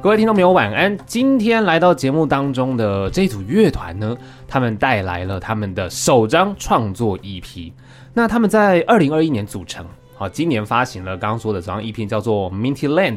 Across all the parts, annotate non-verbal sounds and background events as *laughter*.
各位听众朋友，晚安！今天来到节目当中的这组乐团呢，他们带来了他们的首张创作 EP。那他们在二零二一年组成，好，今年发行了刚刚说的这张 EP，叫做《Minty Land》。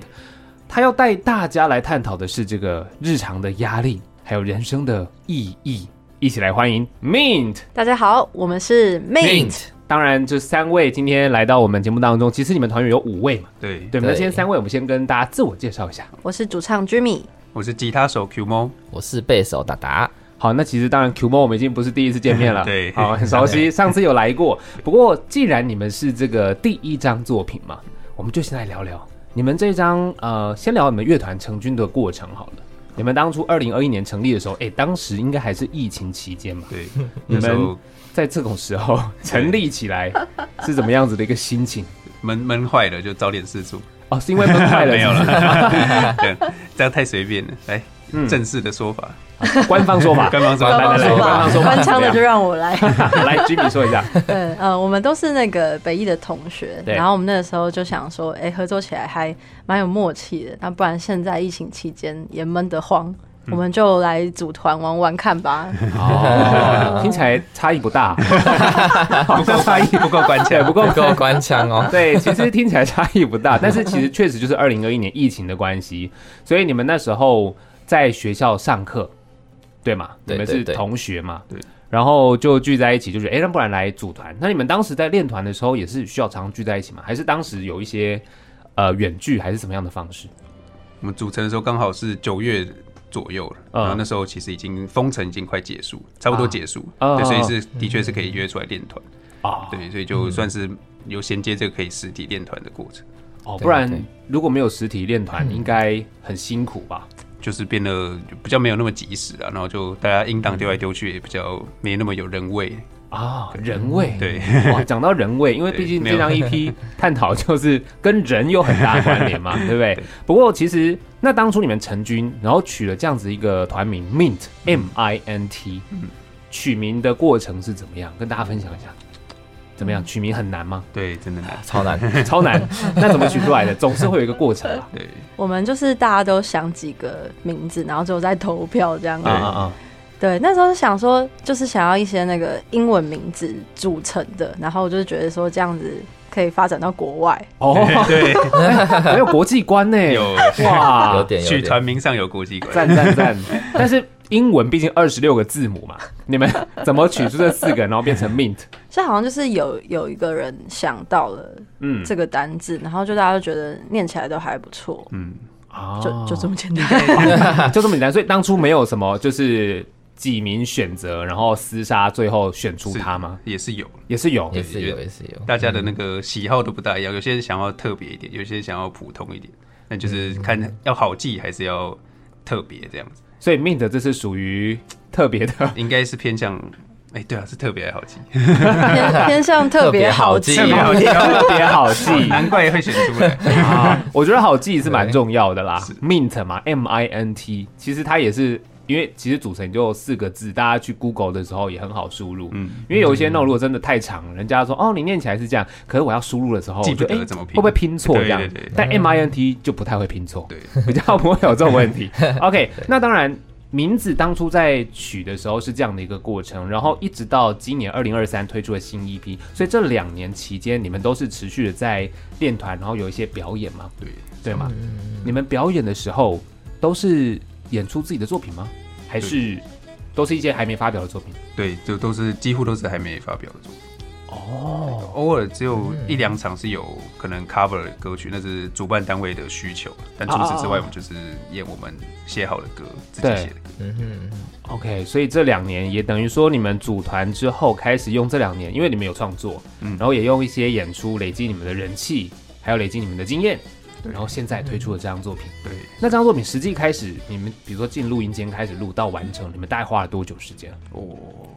他要带大家来探讨的是这个日常的压力，还有人生的意义。一起来欢迎 Mint。大家好，我们是 Mint，当然，这三位今天来到我们节目当中，其实你们团员有五位嘛，对，对吗？那对今天三位，我们先跟大家自我介绍一下。我是主唱 Jimmy。我是吉他手 Q 猫，我是贝手达达，好，那其实当然 Q 猫我们已经不是第一次见面了， *laughs* 对好，很熟悉，上次有来过。不过既然你们是这个第一张作品嘛，我们就先来聊聊你们这张呃，先聊你们乐团成军的过程好了。你们当初二零二一年成立的时候，哎、当时应该还是疫情期间嘛，对，你那时们候在这种时 *laughs* 候成立起来是怎么样子的一个心情？闷闷坏了，就找点事做，哦，是因为闷坏 *laughs* 了，没有是不是，了，对，这样太随便了，来嗯。正式的说法，官方说法， *laughs* 官方说来来法来，官官方方说法，官腔的就让我来。来，Jimmy 说一下，嗯 *laughs* 呃，我们都是那个北艺的同学，啊对然后我们那个时候就想说，哎、合作起来还蛮有默契的。那不然现在疫情期间也闷得慌，嗯我们就来组团玩玩看吧。 *laughs* 哦， *laughs* 听起来差异不 *laughs* 大，不够差异， *laughs* 不够关对，切，不过。不够官腔哦 *laughs* 对，其实听起来差异不大，但 *laughs* 是其实确实就是二零二一年疫情的关系，所以你们那时候在学校上课，对吗？你对们对是对同学嘛？对。然后就聚在一起，就是哎，诶那不然来组团。那你们当时在练团的时候，也是需要常常聚在一起吗？还是当时有一些呃远距，还是什么样的方式？我们组成的时候刚好是九月左右了，嗯然后那时候其实已经封城已经快结束，差不多结束，啊对，所以啊是的确是可以约出来练团，啊，对，所以就算是有衔接这个可以实体练团的过程，哦，对不然对如果没有实体练团，应该很辛苦吧？就是变得比较没有那么及时啊，然后就大家应当丢来丢去，也比较没那么有人味，啊，人味，对，哇，讲到人味，因 *laughs* 为毕竟对这张 EP *laughs* 探讨就是跟人有很大关联 *laughs* 嘛，对不对？不过其实那当初你们成军，然后取了这样子一个团名 Mint M I N T，取名的过程是怎么样？跟大家分享一下。怎么样？取名很难吗？对，真的难， *laughs* 超难，超 *laughs* 难。那怎么取出来的？总是会有一个过程啊。对。我们就是大家都想几个名字，然后之后再投票这样 *laughs* 子啊。啊啊！对，那时候想说，就是想要一些那个英文名字组成的，然后我就是觉得说这样子可以发展到国外。哦， *laughs* 对，很有国际观呢。有哎 *laughs* 哇，有点有去点。团名上有国际观，赞赞赞！但是英文毕竟二十六个字母嘛， *laughs* 你们怎么取出这四个，然后变成 mint？所以好像就是有有一个人想到了嗯，这个单字，然后就大家就觉得念起来都还不错，嗯，啊就 *laughs* 就这么简单。就这么简单。所以当初没有什么就是几名选择，然后厮杀，最后选出是他吗？也是有，也是有也是有，也是有。大家的那个喜好都不大一样，有些人想要特别一点，有些人想要普通一点，那就是看要好记还是要特别这样子，所以 mint 这是属于特别的应该是偏向，哎，对啊，是特别还好记， *laughs* 偏偏向特别好记特，别好记， *laughs* 特别好记难怪会选出来，啊！我觉得好记是蛮重要的啦。mint 嘛，M I N T，其实它也是。因为其实组成就四个字，大家去 Google 的时候也很好输入。嗯嗯，因为有一些那种如果真的太长，人家说哦你念起来是这样，可是我要输入的时候，记不我就得诶怎么会拼不会拼错这样对对对？但 M I N T 就不太会拼错。对，比较不会有这种问题。OK，那当然，名字当初在取的时候是这样的一个过程，然后一直到今年二零二三推出了新 EP，所以这两年期间你们都是持续的在练团，然后有一些表演嘛，对，对吗？你们表演的时候都是演出自己的作品吗？还是都是一些还没发表的作品？对，就都是几乎都是还没发表的作品，哦，偶尔只有一两场是有可能 cover 的歌曲，那是主办单位的需求，但除此之啊外，啊啊我们就是演我们写好的歌，自己对写的 *laughs* 歌，嗯哼， OK，所以这两年也等于说你们组团之后开始用这两年，因为你们有创作，嗯然后也用一些演出累积你们的人气，还有累积你们的经验，然后现在推出了这张作品。对。那这张作品实际开始，你们比如说进录音间开始录到完成，你们大概花了多久时间？哦， *laughs*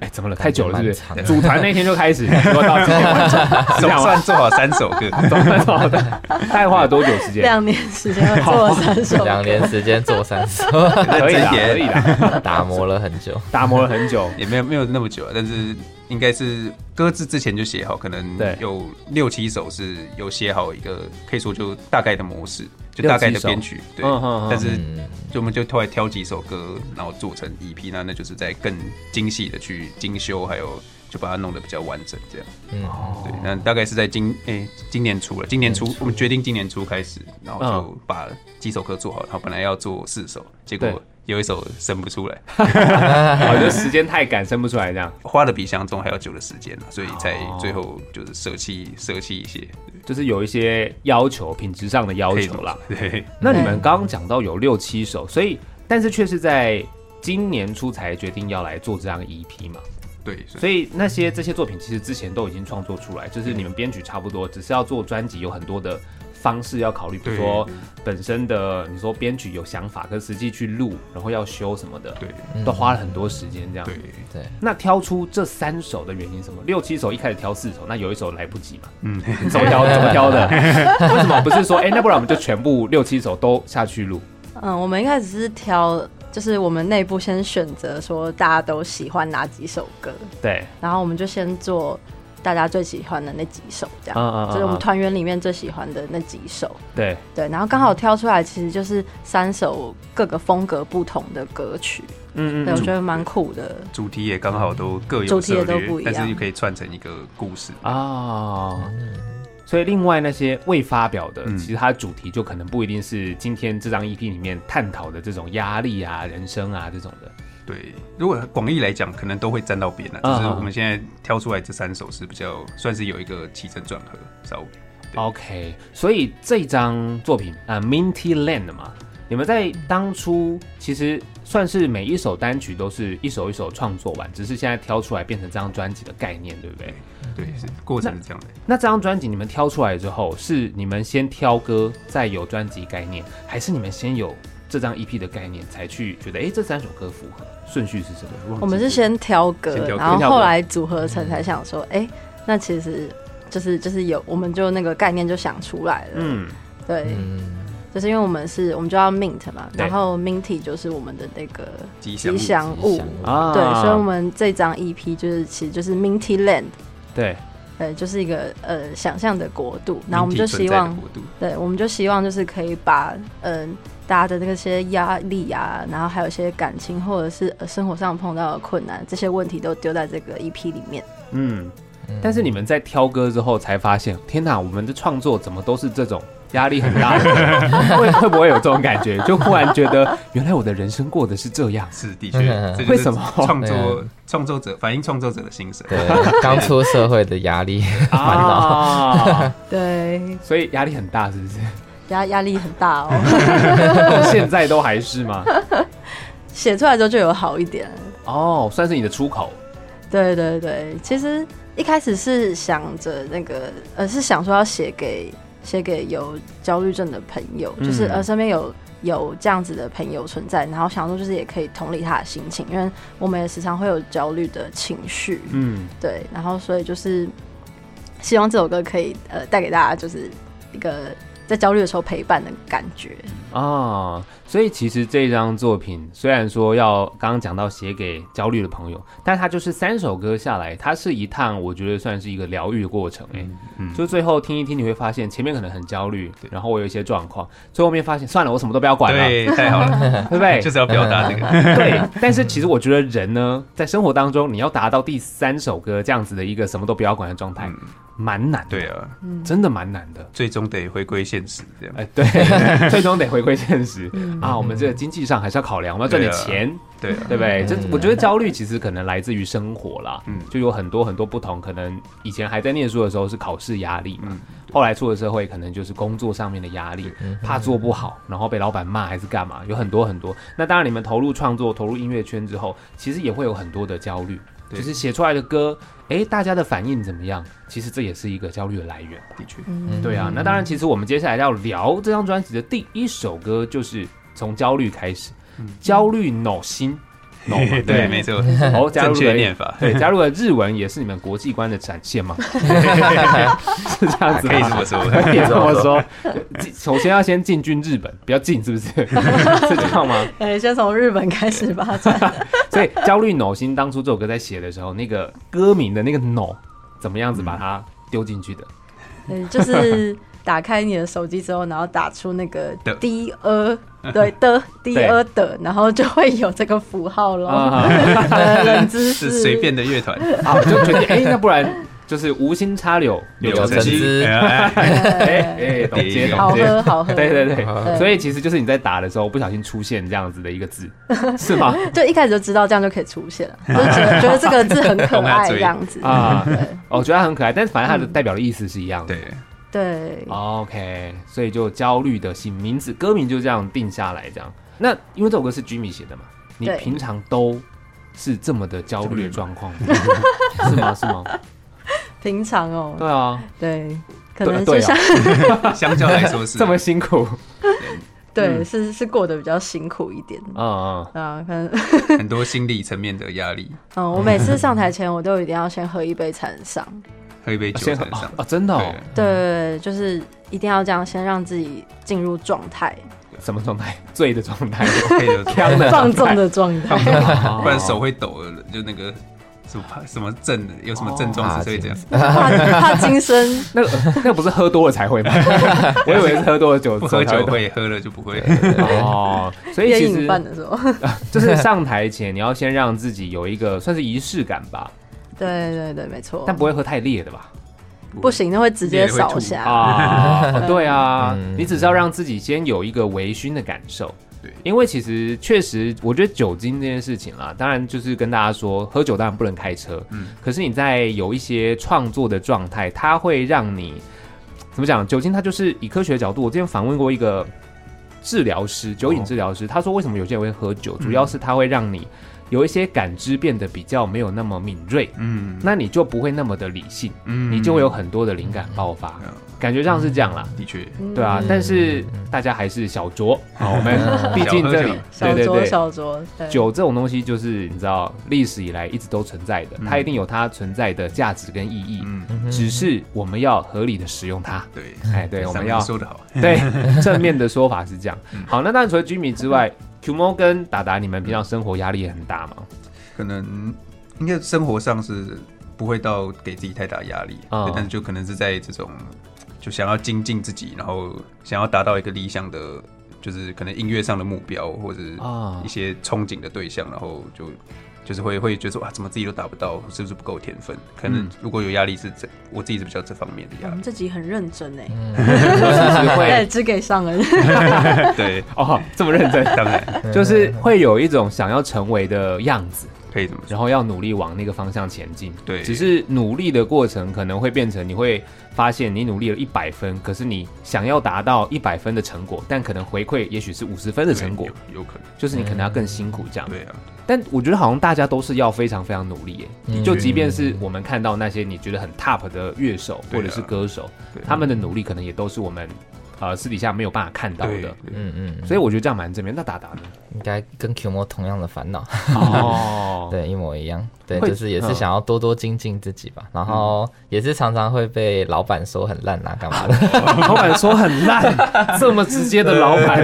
哎，怎么了？太久了是不蛮是长？的组团那天就开始，说到今天完成，是这总样吗？*laughs* 算做好三首 *laughs* 歌，总算好的，大概花了多久时间？两年时间我做了三 *laughs* 首歌， *laughs* 两年时间做三首，可以的，真可甜以的， *laughs* 打磨了很久。打磨了很久。 *laughs* 也没有没有那么久啊，但是应该是歌字之前就写好，可能对有六七首是有写好一个，可以说就大概的模式，就大概六的七首编曲，对。嗯哼哼但是嗯，就我们就后来挑几首歌，然后做成 EP，那那就是在更精细的去精修，还有就把它弄得比较完整这样。嗯，哦对，那大概是在今诶、今年初了，今年初我们决定今年初开始，然后嗯就把几首歌做好，然后本来要做四首，结对果有一首生不出来，好，就哦时间太赶，生不出来这样，花了比想象中还要久的时间啊所以才最后就是舍弃舍弃一些，就是有一些要求，品质上的要可以求啦。这么说， *laughs* 对，那你们刚刚讲到有六七首，所以但是却是在今年初才决定要来做这样 EP 嘛，对，所以所以那些这些作品其实之前都已经创作出来，就是你们编曲差不多，只是要做专辑有很多的方式要考虑，比如说本身的你说编曲有想法，跟实际去录，然后要修什么的，对都花了很多时间这样。对，对，那挑出这三首的原因是什么？六七首一开始挑四首，那有一首来不及嘛？嗯，怎么挑？怎么挑的？为什么不是说，哎、那不然我们就全部六七首都下去录？嗯，我们一开始是挑，就是我们内部先选择说大家都喜欢哪几首歌，对，然后我们就先做大家最喜欢的那几首，这样，嗯嗯嗯就是我嗯们团员里面最喜欢的那几首。对，对，然后刚好挑出来，其实就是三首各个风格不同的歌曲，嗯对我觉得蛮酷的。主题也刚好都各有主题策也都略不一，但样是又可以串成一个故事，啊、哦所以另外那些未发表的，嗯其实它的主题就可能不一定是今天这张 EP 里面探讨的这种压力啊、人生啊这种的。对，如果广义来讲，可能都会沾到边了。嗯只是我们现在挑出来这三首是比较算是有一个起承转合，稍微 OK，所以这张作品啊、呃 Minty Land 嘛，你们在当初其实算是每一首单曲都是一首一首创作完，只是现在挑出来变成这张专辑的概念，对不对？对，是过程是这样的。那这张专辑你们挑出来之后，是你们先挑歌，再有专辑概念，还是你们先有这张 EP 的概念，才去觉得哎、诶这三首歌符合？顺序是什么？忘记我们是先挑歌先挑，歌然后后来组合成才想说，哎、那其实就是就是有，我们就那个概念就想出来了。嗯，对，嗯，就是因为我们是我们就要 mint 嘛，对然后 minty 就是我们的那个吉祥吉祥物，啊对，所以我们这张 EP 就是其实就是 minty land，对呃，就是一个呃想象的国度，然后我们民就体希存在的望，国度对，我们就希望就是可以把嗯、呃大家的那些压力啊，然后还有一些感情或者是、呃、生活上碰到的困难这些问题都丢在这个 EP 里面。嗯，但是你们在挑歌之后才发现，天哪，我们的创作怎么都是这种压力很大 *laughs* 的？会会不会有这种感觉？就忽然觉得，原来我的人生过的是这 *laughs* 样。是的确，嗯这就是为什么创作对创作者反映创作者的心声？对，刚出社会的压力，啊，对，所以压力很大，是 *laughs* 不是？压压力很大哦，现在都还是吗？ *laughs* 写出来之后就有好一点。哦，算是你的出口。对对对，其实一开始是想着那个，呃，是想说要写给写给有焦虑症的朋友，嗯就是呃身边有有这样子的朋友存在，然后想说就是也可以同理他的心情，因为我们也时常会有焦虑的情绪，嗯，对，然后所以就是希望这首歌可以呃带给大家就是一个在焦虑的时候陪伴的感觉，啊，所以其实这张作品虽然说要刚刚讲到写给焦虑的朋友，但它就是三首歌下来，它是一趟我觉得算是一个疗愈的过程、欸。哎、嗯，就最后听一听，你会发现前面可能很焦虑，然后我有一些状况，最后面发现算了，我什么都不要管了，对对，太好了，不对？ *laughs* 就是要表达 *laughs* 这个。对。但是其实我觉得人呢，在生活当中，你要达到第三首歌这样子的一个什么都不要管的状态，蛮难的，嗯对嗯啊，真的蛮难的。最终得回归现实，这样。哎， *laughs* 对，最终得回归现实啊！我们这个经济上还是要考量，我们要赚点钱，对啊，对不对？这嗯我觉得焦虑其实可能来自于生活啦，嗯就有很多很多不同。可能以前还在念书的时候是考试压力嘛嗯，后来出了社会，可能就是工作上面的压力，怕做不好，然后被老板骂还是干嘛，有很多很多。那当然，你们投入创作、投入音乐圈之后，其实也会有很多的焦虑，对就是写出来的歌，哎，大家的反应怎么样？其实这也是一个焦虑的来源。的确，嗯对啊，那当然，其实我们接下来要聊这 *laughs* 张专辑的第一首歌，就是从焦虑开始，焦虑脑心。弄嘛，嗯对， *laughs* 没错，哦，加正入确了念法，对，加入了日文也是你们国际观的展现 *laughs* *laughs* 嘛，是这样子啊可以这吗？*laughs* 么说。可以这么说，进首先要先进军日本，比较近是不是？是这样吗？哎，先从日本开始 *laughs* 发展。所以焦虑脑心当初这首歌在写的时候，那个歌名的那个脑怎么样子把它丢进去的？嗯，就是打开你的手机之后，然后打出那个的 D *laughs* 呃，对的 D 呃的，然后就会有这个符号咯。啊、 *laughs* 呃冷知识是随便的乐团，好，就决定哎、那不然就是无心插柳柳橙汁哎哎哎呃哎，懂接好懂接。喝好 *laughs* 喝。对对对，好所以其实就是你在打的时候不小心出现这样子的一个字，是吗？就一开始就知道这样就可以出 *laughs* 现了，就觉得觉得这个字很可爱这样子。啊，哦我觉得它很可爱，但是反正它的代表的意思是一样的。对，对， OK，所以就焦虑的心名字歌名就这样定下来，这样。那因为这首歌是 Jimmy 写的嘛，你对平常都是这么的焦虑的状 *laughs* 况吗，是吗？是吗？平常哦，对啊，对，可对能对就啊像，相较来说是这么辛苦，对，是是过得比较辛苦一点。嗯嗯， *laughs* 啊，可能，很多心理层面的压力，嗯，我每次上台前，我都一定要先喝一杯禅上，嗯喝一杯酒先才能啊上，。哦真的哦对，对，就是一定要这样，先让自己进入状 *laughs* 态，什么状态？醉的状 *laughs* 态，哦可以 *laughs* 这么说呛的放纵的状 *laughs* 态。不然手会抖的，就那个什么怕什么症，有什么症状哦是会这样？啊怕怕 *laughs* 今生，那个那个不是喝多了才会 *laughs* 吗？我以为是喝多了酒，不喝酒。会，喝了就不会。哦，所以烟其瘾实犯的时候， *laughs* 就是上台前，你要先让自己有一个算是仪式感吧，对对对，没错，但不会喝太烈的吧？不行，那会直接扫啊下。啊，哦对啊，嗯你只是要让自己先有一个微醺的感受对。因为其实确实，我觉得酒精这件事情啦，当然就是跟大家说，喝酒当然不能开车，嗯嗯，可是你在有一些创作的状态，它会让你怎么讲？酒精它就是以科学的角度，我之前访问过一个治疗师，酒瘾治疗哦师，他说为什么有些人会喝酒，嗯主要是它会让你有一些感知变得比较没有那么敏锐，嗯那你就不会那么的理性，嗯你就会有很多的灵感爆发，嗯感觉上是这样啦。的确，嗯对啊，但是大家还是小酌嗯啊，我们毕竟这里小对对酌对，小酌，对酒这种东西就是你知道历史以来一直都存在的，它一定有它存在的价值跟意义，嗯，只是我们要合理的使用它。对，嗯哎，对，我上们面要说的嗯好，对 *laughs* 正面的说法是这样。好，那当然除了居民之外，QMO 跟达达，你们平常生活压力也很大嘛？可能应该生活上是不会到给自己太大压力，嗯对但是就可能是在这种就想要精进自己，然后想要达到一个理想的，就是可能音乐上的目标，或者啊嗯一些憧憬的对象，然后就。就是会会觉得说啊，怎么自己都达不到，是不是不够天分？可能嗯如果有压力是这，我自己是比较这方面的我压们嗯这集很认真哎，就是对，嗯会只给上 *laughs* 恩。力。 *laughs* 对，哦这么认真，当然就是会有一种想要成为的样子。可以这么说。然后要努力往那个方向前进。对只是努力的过程可能会变成你会发现你努力了一百分，可是你想要达到一百分的成果，但可能回馈也许是五十分的对成果，有有可能，就是你可能要更辛苦这样。嗯对啊，但我觉得好像大家都是要非常非常努力耶，嗯就即便是我们看到那些你觉得很 top 的乐手对或啊者是歌手，对啊他们的努力可能也都是我们呃私底下没有办法看到对的。对嗯嗯，所以我觉得这样蛮正面。那达达呢？应该跟 Q 魔同样的烦恼，哦，对，一模一样。对，会就是也是想要多多精进自己吧，然后也是常常会被老板说很烂啊，干嘛的？ *laughs* 老板说很烂，这么直接的老板，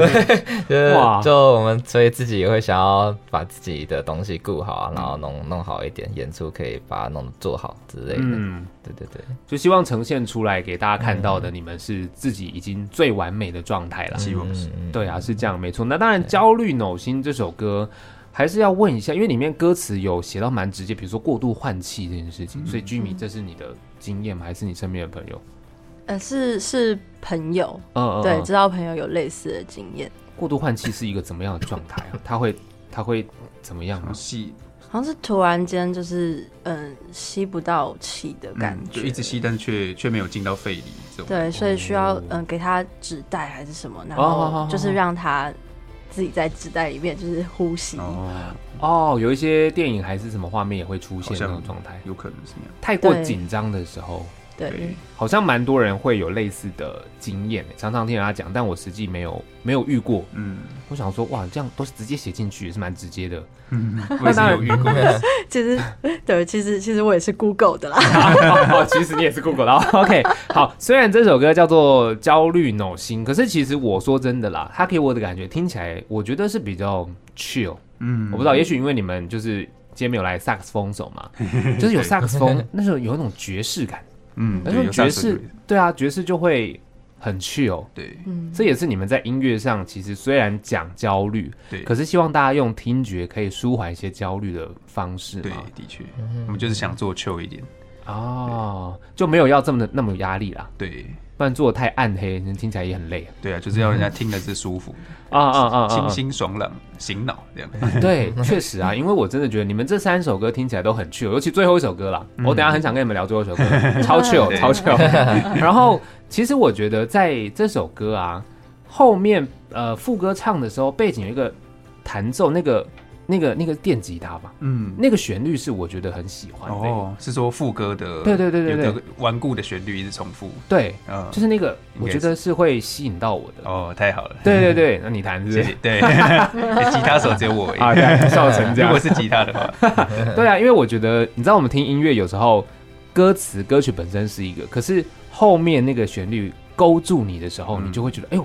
就是哇就我们所以自己也会想要把自己的东西顾好啊，然后弄弄好一点，演出可以把它弄做好之类的。嗯，对对对，就希望呈现出来给大家看到的，你们是自己已经最完美的状态了。希望是嗯对啊，是这样，没错。那当然，《焦虑脑心》这首歌还是要问一下，因为里面歌词有写到蛮直接，比如说过度换气这件事情。所以，居民，这是你的经验吗？还是你身边的朋友？呃，是是朋友，嗯嗯，对，嗯知道朋友有类似的经验，过度换气是一个怎么样的状态啊？他会，他会怎么样然吗后？吸好像是突然间就是嗯吸不到气的感嗯觉，就一直吸，但是却却没有进到肺里，这种对，所以需要哦嗯给他纸袋还是什么，然哦好好后好就是让他自己在纸袋里面就是呼吸， *laughs* 哦，哦，有一些电影还是什么画面也会出现好那像种状态，有可能是那样。太过对紧张的时候，对，好像蛮多人会有类似的经验、欸常常听人家讲，但我实际没有没有遇过。嗯，我想说，哇，这样都是直接写进去，也是蛮直接的。 *laughs* *laughs* 我也是有遇过， *laughs* 其实 *laughs* 对，其实其实我也是 Google 的啦。哦，其实你也是 Google *laughs* 的。OK，好，虽然这首歌叫做《焦虑脑心》，可是其实我说真的啦，它给我的感觉听起来，我觉得是比较 chill。嗯我不知道，也许因为你们就是今天没有来萨克斯风 *laughs* 手嘛，就是有萨克斯风，那时候有一种爵士感。 *laughs* 嗯，那 *laughs* 对，种有上爵次士，对啊，爵士就会很 chill。对嗯，这也是你们在音乐上其实虽然讲焦虑，对可是希望大家用听觉可以舒缓一些焦虑的方式对嘛。，的确，嗯我们就是想做 chill 一点，哦，就没有要这么的那么有压力啦，对不然做的太暗黑，人听起来也很累对啊，就是要人家听的是舒服，啊啊嗯啊啊嗯清啊！新爽朗，醒脑这 *laughs* 样。 *laughs* 嗯对，确实啊，因为我真的觉得你们这三首歌听起来都很 chill，尤其最后一首歌啦，我等一下很想跟你们聊最后一首 *laughs* 歌，超 chill，嗯对超 *laughs* chill。然后其实我觉得在这首歌啊后面，呃，副歌唱的时候，背景有一个弹奏那个那个那个电吉他吧，嗯，那个旋律是我觉得很喜欢的。哦，是说副歌的，对对对对对有个顽固的旋律一直重复，对，嗯就，是那个，应我该觉得是会吸引到我的。哦，太好了，对对对，那你弹是不是 *laughs* 嗯谢谢， *laughs* 对，欸吉他手只有我啊，而已， *laughs* 对笑成这如样果。是吉他的话，对啊，因为我觉得，你知道我们听音乐有时候歌词歌曲本身是一个，可是后面那个旋律勾住你的时候，嗯你就会觉得，哎呦，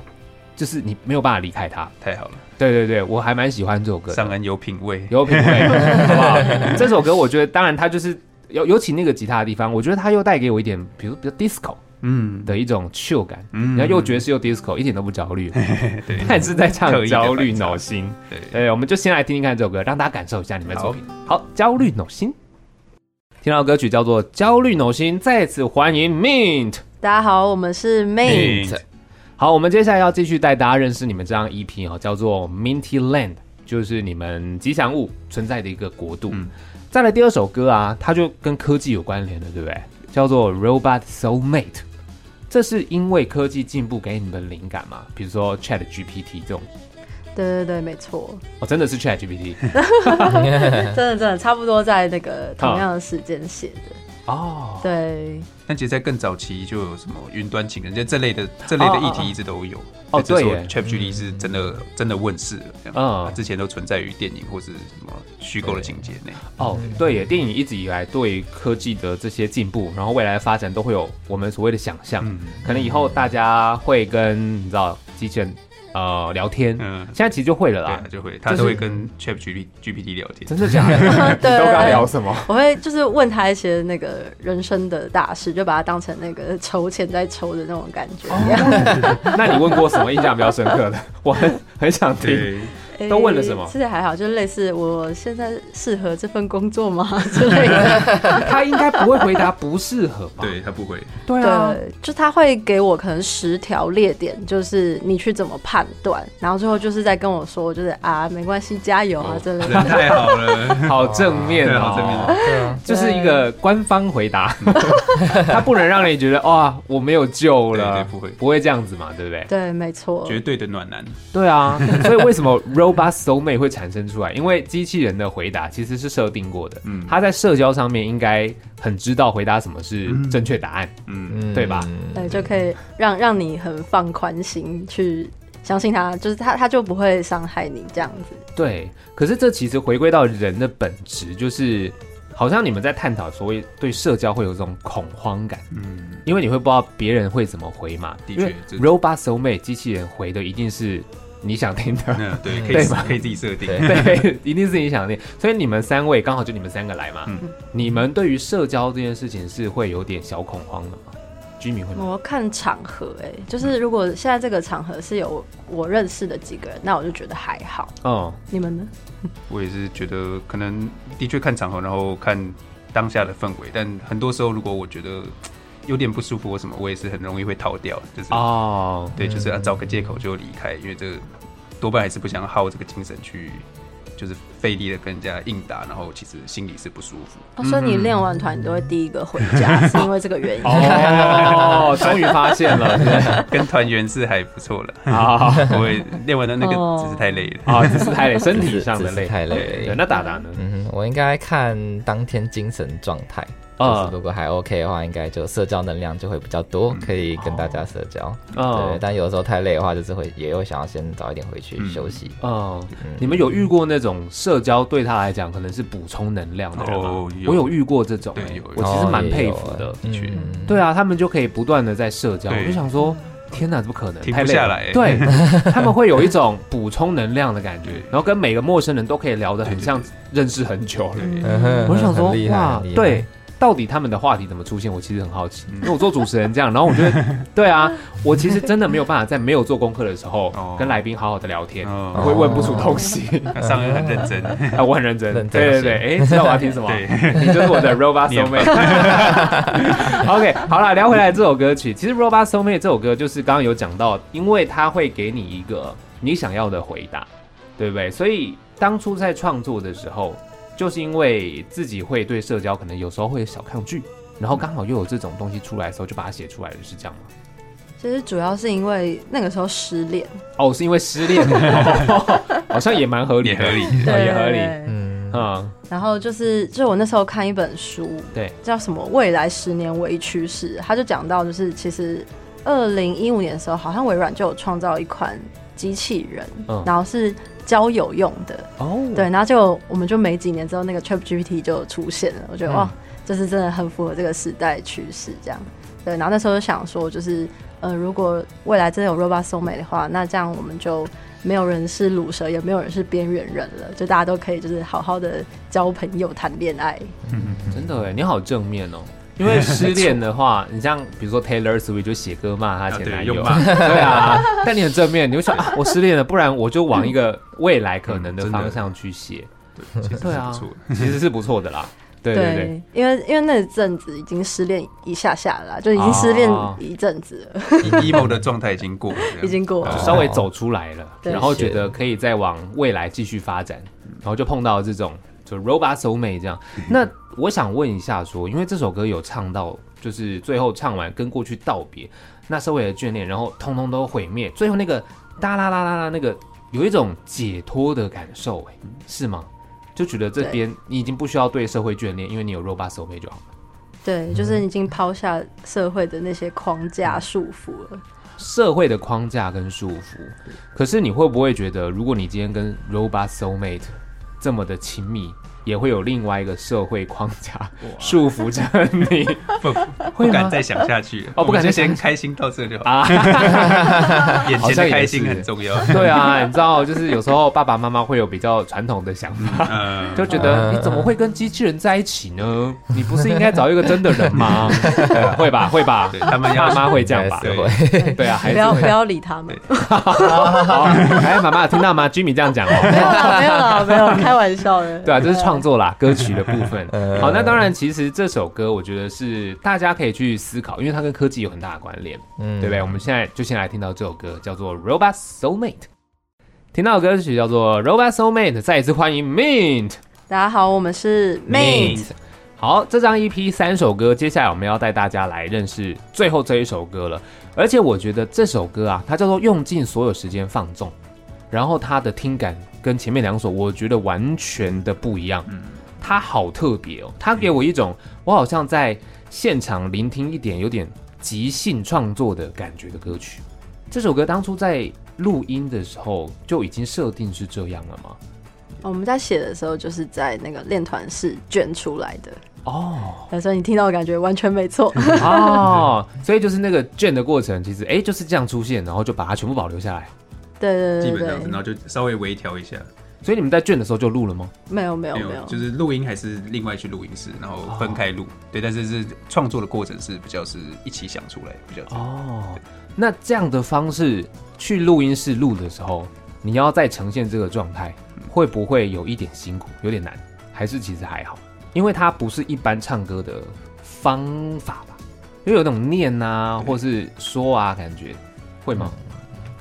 就是你没有办法离开它。太好了，对对 *laughs* 对，我还蛮喜欢这首歌的，上恩有品味，有 *laughs* 品味，好不好？这首歌我觉得，当然它就是尤尤其那个吉他的地方，我觉得它又带给我一点，比如比较 disco 嗯，的一种 chill 感，嗯然后又爵士又 disco，一点都不焦虑， *laughs* 对但是在刻意唱地焦虑反差脑心。对，对，我们就先来听听看这首歌，让大家感受一下你们的作品。好，焦虑脑心。听到歌曲叫做《焦虑脑心》，再次欢迎 Mint。大家好，我们是哎 May， Mint 好，我们接下来要继续带大家认识你们这张 EP 哦，叫做 Minty Land，就是你们吉祥物存在的一个国度。嗯再来第二首歌啊，它就跟科技有关联的，对不对？叫做 Robot Soul Mate。这是因为科技进步给你们灵感吗？比如说 Chat GPT 这种，对对对，没 *laughs* 错，哦，真的是 Chat GPT 真的真的差不多在那个同样的时间写的，哦。对，但其实，在更早期就有什么云端情人节这类的这类的议题一直都有。哦只是说对耶 ChatGPT 是真的真的问世了，这样嗯它之前都存在于电影或是什么虚构的情节内。哦，对耶，电影一直以来对科技的这些进步，然后未来的发展都会有我们所谓的想象。嗯可能以后大家会跟你知道机器人呃聊天，嗯，现在其实就会了对啦啊。，就会他都会跟 ChatGPT GPT 聊天。真的 *laughs* 假的？ *laughs* 你对都该聊什么？ *laughs* 我会就是问他一些那个人生的大事，就把它当成那个筹钱在筹的那种感觉一样。那你问过什么印象比较深刻 *laughs* 的？我很很想听。对，诶都问了什么其实还好，就类似我现在适合这份工 *laughs* 作吗之类的。他应该不会回答不适合吧？对他不会。对啊，对，就他会给我可能十条列点，就是你去怎么判断，然后最后就是在跟我说，就是啊，没关系，加油啊哦之类人的。太好 *laughs* 了，好正面对哦，好正面对啊，就是一个官方回答，他不能让你觉得哇我没有救了，对对不会不会这样子嘛，对不对？对，没错，绝对的暖男。对 *laughs* 啊，所以为什么 robot soulmate 会产生出来？因为机器人的回答其实是设定过的，嗯，它在社交上面应该很知道回答什么是正确答案，嗯，嗯对吧？对，就可以让让你很放宽心去相信他，就是他他就不会伤害你这样子。对。可是这其实回归到人的本质，就是好像你们在探讨所谓对社交会有这种恐慌感，嗯，因为你会不知道别人会怎么回嘛。的因为确这 robot soulmate 机器人回的一定是你想听的，那对，可对以吧可以自己设定。对对，一定是你想念。所以你们三位刚好就你们三个来嘛，嗯你们对于社交这件事情是会有点小恐慌的吗？居民会吗？我看场合、欸，就是如果现在这个场合是有我认识的几个人，那我就觉得还好。哦，你们呢？我也是觉得可能的确看场合，然后看当下的氛围，但很多时候如果我觉得嘖有点不舒服或什么，我也是很容易会逃掉，就是、哦，对，就是、啊、找个借口就离开，因为这个多半还是不想耗这个精神去，就是费力的跟人家应答，然后其实心里是不舒 *laughs* 服。哦、所以你练完团，你都会第一个回家，是因为这 *laughs* 个原因？哦，终于发现了， *laughs* 哦对跟团员是还不错了，好我也练完的那哦个只是太累了。啊，只是太累，身只体是上的只是累。太累而已对，那达达呢？嗯哼，我应该看当天精神状态，就是呃如果还 OK 的话，应该就社交能量就会比较多，嗯可以跟大家社交。对，呃但有的时候太累的话，就是会也会想要先早一点回去嗯休息。呃，你们有遇过那种社交对他来讲可能是补充能量的人吗？哦有我有遇过这种、对欸有我其实哦蛮也佩有服欸的。的确嗯对啊，他们就可以不断的在社交，我对就想说，天哪，怎么可能？停太不累下了来欸 *laughs* 对，他们会有一种补充能量的感觉对，然后跟每个陌生人都可以聊得很对对像认识很久了。嗯嗯哼我就想说很，厉害哇很厉，害对。到底他们的话题怎么出现？我其实很好奇，嗯因为我做主持人这样，然后我觉 *laughs* 得，对啊，我其实真的没有办法在没有做功课的时候 *laughs* 哦跟来宾好好的聊天，我哦，会问不出东 *laughs* 西。上恩很认真，啊，我很认真，认真对对对，哎，知道我要听什 *laughs* 么？ *laughs* 你就是我的 Robot 念 Soul 吧 Mate。OK，好 *laughs* 了，聊回来这首歌曲，其实 Robot Soul Mate 这首歌就是刚刚有讲到，因为它会给你一个你想要的回答，对不对？所以当初在创作的时候，就是因为自己会对社交可能有时候会小抗拒。然后刚好又有这种东西出来的时候，就把它写出来了，是这样吗？其实主要是因为那个时候失恋，哦，是因为失恋， *laughs* 哦好像也蛮合理也的，合理。哦也合理。对嗯，嗯，然后就是，就我那时候看一本书，对，叫什么《未来十年微趋势》，他就讲到，就是其实二零一五年的时候，好像微软就有创造一款机器人，嗯然后是交友用的，哦，对，，然后就我们就没几年之后，那个 Chat GPT 就出现了，我觉得、嗯哇，就是真的很符合这个时代趋势，这样。对，然后那时候就想说，就是呃，如果未来真的有 Robot Soul 美的话，那这样我们就没有人是卤蛇，也没有人是边缘人了，就大家都可以就是好好的交朋友、谈恋爱。真的哎，你好正面哦。因为失恋的话，你像比如说 Taylor Swift 就写歌骂她前男友，*laughs* 啊对啊。但你很正面，你会想啊，我失恋了，不然我就往一个未来可嗯能的方向去写，对，其实是对啊不错的。其实是不错的啦。对对对，因为因为那阵子已经失恋一下下了啦，就已经失恋哦一阵子了， emo 的状态已经过了，这样已经过就了。啊稍微走出来了，对然后觉得可以再往未来继续发展，然后就碰到这种就 Robot Soul Mate 这样。那我想问一下说，因为这首歌有唱到，就是最后唱完跟过去道别，那社会的眷恋，然后通通都毁灭，最后那个哒啦啦啦啦那个有一种解脱的感受、哎，是吗？就觉得这边你已经不需要对社会眷恋，因为你有 Robot Soul Mate 就好了。对，就是已经抛下社会的那些框架束缚了。社会的框架跟束缚。可是你会不会觉得，如果你今天跟 Robot Soul Mate 这么的亲密，也会有另外一个社会框架束缚着你 *laughs* 不会不吗敢再想下去了。哦不敢我们就再想先开心到这就好，啊？ *laughs* 眼好前像的也开心是很重要。 *laughs* 对啊，你知道，就是有时候爸爸妈妈会有比较传统的想法，嗯，就觉得嗯你怎么会跟机器人在一起呢？你不是应该找一个真的人 *laughs* 吗？对会吧，会吧对，他们要爸妈会这样吧？对对，对啊，还不是要会不要理他们。好。哎，妈妈有听到吗？Jimmy 这样 *laughs* 讲哦。没有啦，没有啦，没有，开玩笑的。对啊，这是创作啦，歌曲的部分。 *laughs* 嗯好，那当然，其实这首歌我觉得是大家可以去思考，因为它跟科技有很大的关联，嗯对不对？ *laughs* 我们现在就先来听到这首歌，叫做《Robot Soul Mate》。听到的歌曲叫做《Robot Soul Mate》，再一次欢迎 Mint。大家好，我们是 Mate。好，这张 EP 三首歌，接下来我们要带大家来认识最后这一首歌了。而且我觉得这首歌啊，它叫做用尽所有时间放纵，然后它的听感跟前面两首我觉得完全的不一样。它好特别哦，它给我一种我好像在现场聆听一点有点即兴创作的感觉的歌曲。这首歌当初在录音的时候就已经设定是这样了吗？我们在写的时候，就是在那个练团室卷出来的，哦、呃所以你听到的感觉完全没 *laughs* 错。哦，所以就是那个卷的过程，其实哎、诶就是这样出现，然后就把它全部保留下来。对对基对本对上是，然后就稍微微调一下，所以你们在卷的时候就录了吗？没有没有没有，就是录音还是另外去录音室，然后分开哦录。对，但是是创作的过程是比较是一起想出来，比较是哦，那这样的方式去录音室录的时候，你要再呈现这个状态，会不会有一点辛苦，有点难？还是其实还好，因为它不是一般唱歌的方法吧？因为有那种念啊，或是说啊，感觉会吗？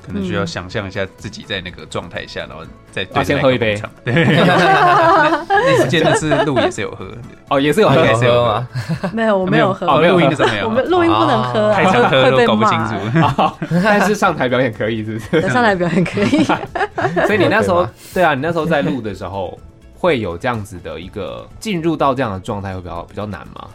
可能需要想象一下自己在那个状态下，然后再啊对先着喝麦一杯克风唱对， *laughs* 那时间的是录也是有喝，哦，也是有喝很对喝吗？嗯没有我没有喝，哦，没有录音喝的时候没有我喝们，录音不能喝啊，太常喝 *laughs* 会都被搞不清骂。楚。好，但是上台表演可以，是不是？等上来表演可 *laughs* 以，所以你那时对候吧，对啊，你那时候在录的时候，会有这样子的一个进入到这样的状态，会比较比较难吗？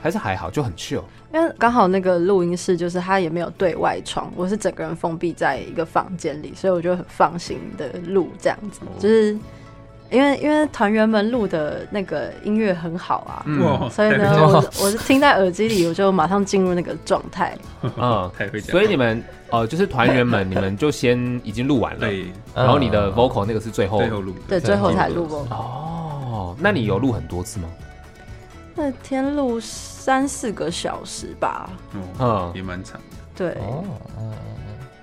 还是还好，就很 *laughs* chill。因为刚好那个录音室就是它也没有对外窗，我是整个人封闭在一个房间里，所以我就很放心的录这样子，就是因为因为团员们录的那个音乐很好啊。哇所以呢，太哦我我是听在耳机里，我就马上进入那个状态。嗯，太会讲了所以你们呃，就是团员 *laughs* 们，你们就先已经录完了，对然后你的哦啊 vocal 那个是最后最后录对，的，最后才录过。哦，那你有录很多次吗？那天录三四个小时吧，哦嗯也蛮长的。对，哦，嗯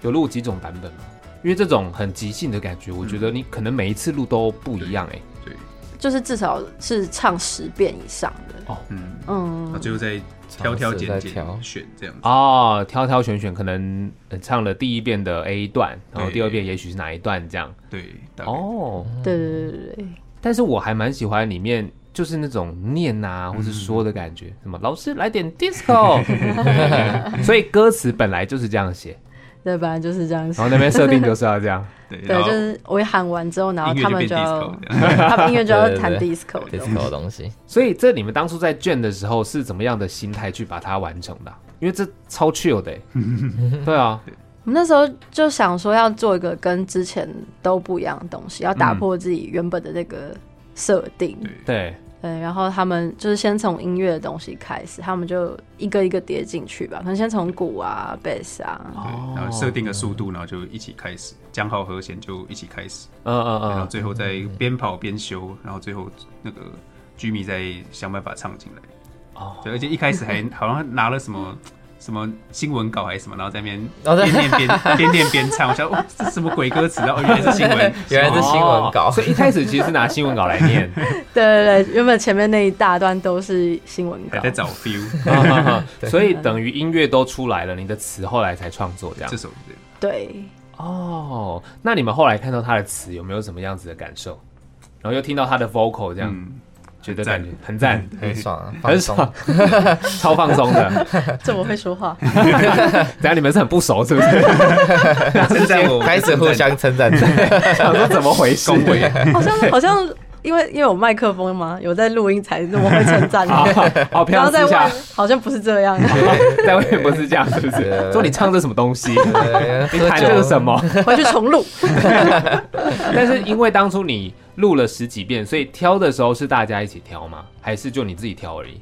有录几种版本吗？因为这种很即兴的感觉，我觉得你可能每一次录都不一样哎、对，就是至少是唱十遍以上的。嗯，嗯那，最后再挑挑拣尝试再挑拣选这样子。哦，挑挑选选，可能呃唱了第一遍的 A 段，然后对第二遍也许是哪一段这样。对，大概哦，对对对对对，但是我还蛮喜欢里面就是那种念啊，或是说的感觉，什么老师来点 disco，所以歌词本来就是这样写，那本来就是这样子然后。那边设定就是要这样。对，对然，后就是我一喊完之后，然后音他乐们就就变要 disco 这 *laughs* 样。他们音乐就要弹对对 disco 这的。是好东西，所以这你们当初在卷的时候是怎么样的心态去把它完成的啊、因为这超 chill 的欸、对啊，我们那时候就想说要做一个跟之前都不一样的东西，要嗯打破自己原本的那个设定。对对，对，然后他们就是先从音乐的东西开始，他们就一个一个叠进去吧，可能先从鼓啊、贝斯啊，对，然后设定个速度，然后就一起开始，讲好和弦就一起开始，嗯嗯然后嗯，最后再边跑边修，然后最后那个居民再想办法唱进来。哦对，而且一开始还好像拿了什么什么新闻稿还是什么，然后在那边哦对，边念边边念边唱，我想哇，这什么鬼歌词？然后哦原来是新闻原来是新闻稿哦所以一开始其实是拿新闻稿来念， *laughs* 对对对，原本前面那一大段都是新闻稿还，在找 feel 嗯嗯嗯所以等于音乐都出来了，你的词后来才创作这样这。首歌。对，哦，那你们后来看到他的词有没有什么样子的感受？然后又听到他的 vocal 这样，嗯，觉得很赞嗯感觉很赞，很爽啊，很放松爽， *laughs* 超放松的。这么会说话，等下你们是很不熟是不 *laughs* 是？称赞 *laughs* 我，开始我互称赞相称赞，想说怎么回事？恭维， *laughs* 好像好像因为因为有麦克风嘛，有在录音才这么会称赞好的，好，平然常后在哦私外下面好像不是这样， *laughs* 在外面不是这样，是不是？对说你唱这什么东西？对你弹这个什？么？回去重录。 *laughs* 但是因为当初你录了十几遍，所以挑的时候是大家一起挑吗？还是就你自己挑而已？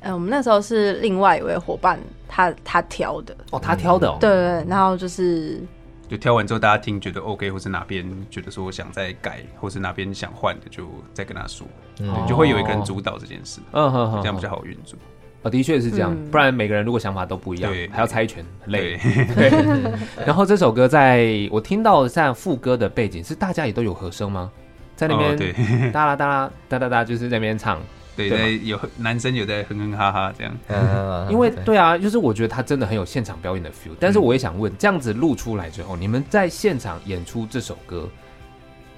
嗯，我们那时候是另外一位伙伴他他挑的，哦，他挑的哦。对对，对然后就是就挑完之后大家听觉得 OK，或是哪边觉得说想再改，或是哪边想换的，就再跟他说，哦对，就会有一个人主导这件事，嗯哼哼，这样比哼较好运作。哦，的确是这样，嗯不然每个人如果想法都不一样对，还要猜拳，很累 *laughs* 对。，然后这首歌在我听到像副歌的背景是大家也都有和声吗？在那边哦对哒啦哒啦哒哒哒，就是在那边唱。对，对吧在有男生有在哼哼哈哈这样，嗯因为对啊，就是我觉得他真的很有现场表演的 feel。但是嗯我也想问，这样子录出来之后，你们在现场演出这首歌，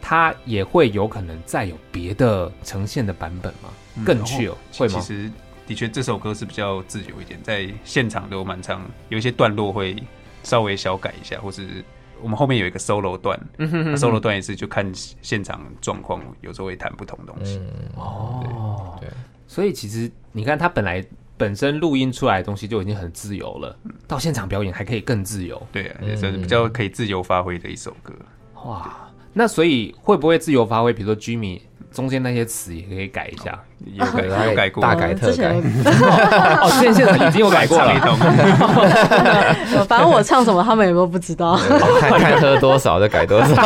它也会有可能再有别的呈现的版本吗？更嗯然后 chill 其会其吗？实的确，这首歌是比较自由一点，在现场都蛮唱，有一些段落会稍微小改一下，或是我们后面有一个 solo 段、嗯那 s o l o 段也是就看现场状况，有时候会弹不同东西。哦 *laughs* 对对，所以其实你看，他本来本身录音出来的东西就已经很自由了，到现场表演还可以更自由。对啊，也算是比较可以自由发挥的一首歌。哇，那所以会不会自由发挥？比如说 Jimmy 中间那些词也可以改一下。有改对有改过，大改特呃之前哦，之前现场已经有改过唱一了。 *laughs* 通，反正我唱什么他们也都不知道。看看喝多少就改多少，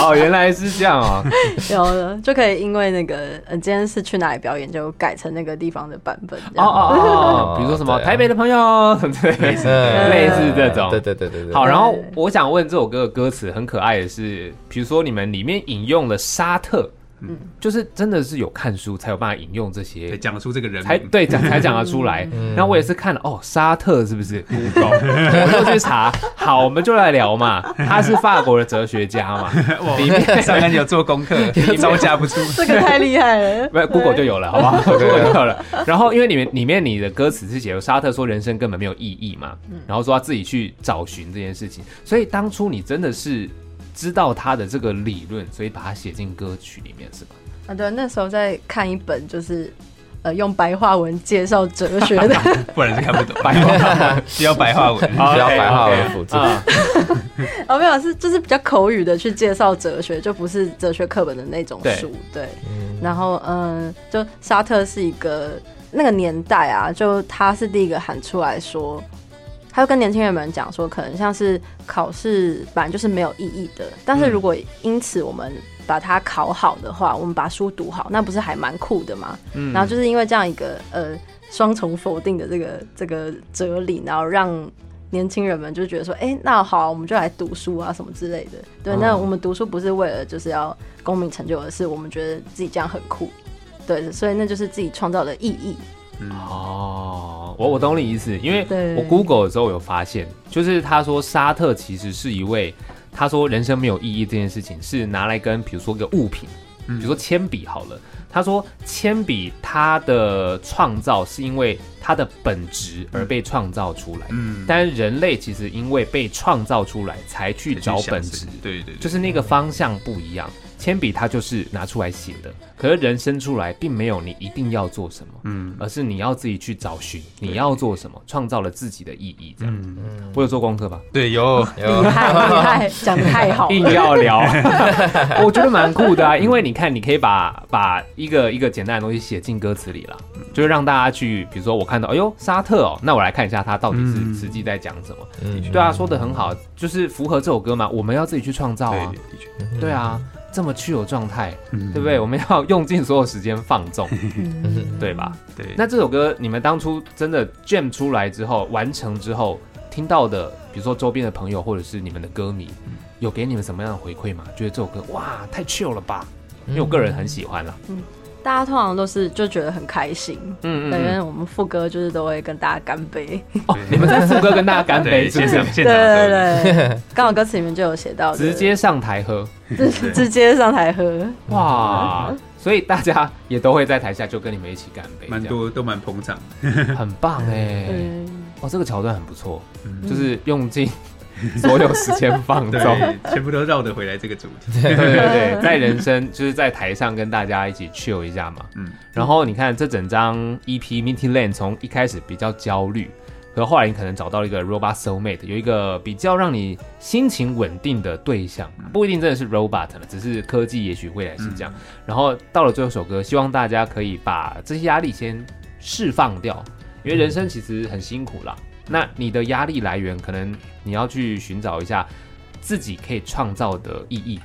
*laughs* 哦，原来是这样 *laughs* 啊。有的就可以因为那个，嗯，今天是去哪里表演，就改成那个地方的版本这哦样。哦哦哦，哦比如说什么对啊台北的朋友， *laughs* 对。嗯类似这种对对对对对，好，对然后我想问这首歌的歌词很可爱的是，比如说你们里面引用了沙特，嗯，就是真的是有看书才有办法引用这 *laughs* 对些，讲出这个人才名，对讲才讲得出来。然后我也是看了哦，沙特是不是 Google？我就去查，好，我们就来聊嘛，他是法国的哲学家嘛，里面，*laughs* 上岸有做功课，招架不住。这个太厉害了不，Google 就有了，好不好？Google 就有了。然后，因为里面里面你的歌词是写沙特说人生根本没有意义嘛，然后说他自己去找寻这件事情，所以当初你真的是知道他的这个理论，所以把它写进歌曲里面是吧？啊啊，对，那时候在看一本就是呃用白话文介绍哲学的不然是看不懂。白话 *laughs* 需要白话文，需要白话 OK，OK，文辅助。啊，哦，没有，是就是比较口语的去介绍哲学，就不是哲学课本的那种对书。对，然后嗯，就沙特是一个那个年代啊，就他是第一个喊出来说，他就跟年轻人们讲说，可能像是考试本来就是没有意义的，但是如果因此我们把它考好的话，我们把书读好，那不是还蛮酷的吗？嗯然后就是因为这样一个呃双重否定的这个这个哲理，然后让年轻人们就觉得说，哎、那好啊、我们就来读书啊什么之类的。对，嗯那我们读书不是为了就是要功名成就，而是我们觉得自己这样很酷。对，所以那就是自己创造的意义。哦，我我懂你意思，因为对我 Google 的时候有发现，就是他说沙特其实是一位，他说人生没有意义这件事情是拿来跟比如说个物品，比嗯如说铅笔好了，他说铅笔它的创造是因为它的本质而被创造出来，嗯，但人类其实因为被创造出来才去去找想本是质，对对对，就是那个方向不一样。铅笔它就是拿出来写的，可是人生出来并没有你一定要做什么，嗯而是你要自己去找寻你要做什么，创造了自己的意义。这样，嗯，我有做功课吧？对，有有厉害，厉害，讲的太好硬了。要 *laughs* 聊，我觉得蛮酷的啊，因为你看，你可以把把一个一个简单的东西写进歌词里了，就是让大家去，比如说我看到，哎呦，沙特哦，那我来看一下他到底是嗯实际在讲什么。嗯对啊，说的很好，就是符合这首歌嘛，我们要自己去创造对啊对，，的确，对啊，这么具有状态，嗯对不对？我们要用尽所有时间放纵，嗯 *laughs* 对吧？ *laughs* 对，那这首歌你们当初真的 jam 出来之后，完成之后听到的，比如说周边的朋友或者是你们的歌迷，嗯有给你们什么样的回馈吗？觉得这首歌哇太 chill 了吧？因为我个嗯人很喜欢啦。啊大家通常都是就觉得很开心，嗯对，因为我们副歌就是都会跟大家干杯。哦，你们在副歌跟大家干杯，对是不现是场？现对场的时候对对，刚好歌词里面就有写 *laughs* 到，直接上台喝直直接上台喝。嗯哇！所以大家也都会在台下就跟你们一起干杯，蛮多都蛮捧场，这样，很棒哎！嗯，哦，这个桥段很不错，嗯就是用尽所有时间放纵。对，全部都绕得回来这个主题，对对对，在人生就是在台上跟大家一起 chill 一下嘛。嗯，然后你看这整张 EP Minty Lane 从一开始比较焦虑，可后来你可能找到了一个 Robot Soul Mate，有一个比较让你心情稳定的对象，不一定真的是 Robot 了，只是科技也许未来是这样。然后到了最后一首歌，希望大家可以把这些压力先释放掉，因为人生其实很辛苦啦。那你的压力来源，可能你要去寻找一下自己可以创造的意义，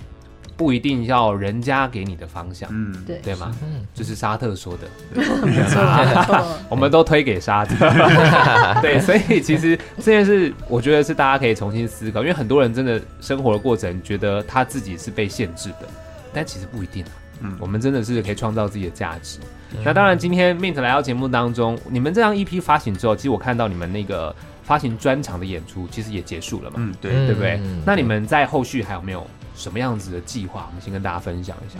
不一定要人家给你的方向，嗯，对，对吗？嗯这是沙特说的，没错啊没错。我们都推给沙特。对，所以其实这件事，我觉得是大家可以重新思考，因为很多人真的生活的过程觉得他自己是被限制的，但其实不一定啊。嗯我们真的是可以创造自己的价值。那当然，今天 Mint 来到节目当中，你们这张 EP 发行之后，其实我看到你们那个发行专场的演出，其实也结束了嘛，嗯，对，嗯对不对？嗯那你们在后续还有没有什么样子的计划？我们先跟大家分享一下。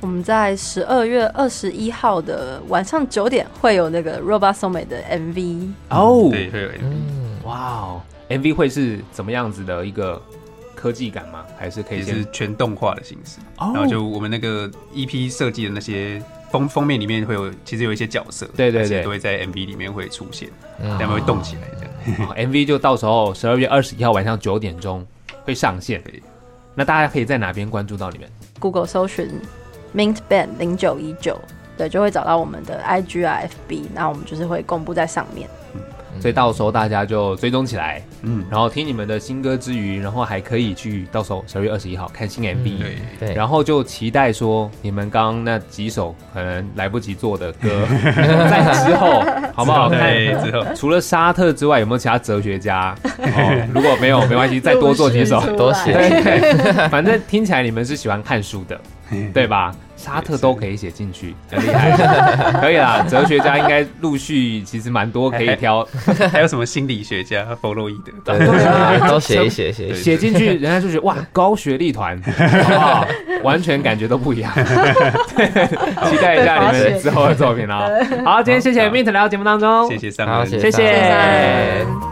我们在十二月二十一号的晚上九点会有那个 Robot s o m e 的 MV，哦对，会有 MV，嗯哇哦，MV 会是怎么样子的一个科技感吗？还是可以也先是全动画的形式，哦然后就我们那个 EP 设计的那些封封面里面会有，其实有一些角色，对对而且对都会在 MV 里面会出现，嗯他们会动起来的，好 MV 哦就到时候十二月二十一号晚上九点钟会上线对。那大家可以在哪边关注到你们？ Google 搜寻 Mint Band 零九一九，对，就会找到我们的 IG 啊 FB，那我们就是会公布在上面。所以到时候大家就追踪起来，嗯，然后听你们的新歌之余，然后还可以去到时候十二月二十一号看新 MV，、对，对，然后就期待说你们刚刚那几首可能来不及做的歌， *laughs* 在之后好不好看？对， *laughs* 之后除了沙特之外，有没有其他哲学家？ *laughs* 哦，如果没有，没关系，再多做几首。多 *laughs* 写对对， *laughs* 反正听起来你们是喜欢看书的，对吧？沙特都可以写进去，很厉 *laughs* 害，可以啦。哲学家应该陆续其实蛮多可以 *laughs* 挑， *laughs* 还有什么心理学家弗洛伊德，对对 *laughs* 对，都写一写写一写。写进去人家就觉得哇，高学历 *laughs* 团，好不好？完全感觉都不一 *laughs* 样。对，期待一下你们之后的作品啊！好，今天谢谢 Mint 来到节目当中，谢谢三好，位，谢谢谢上恩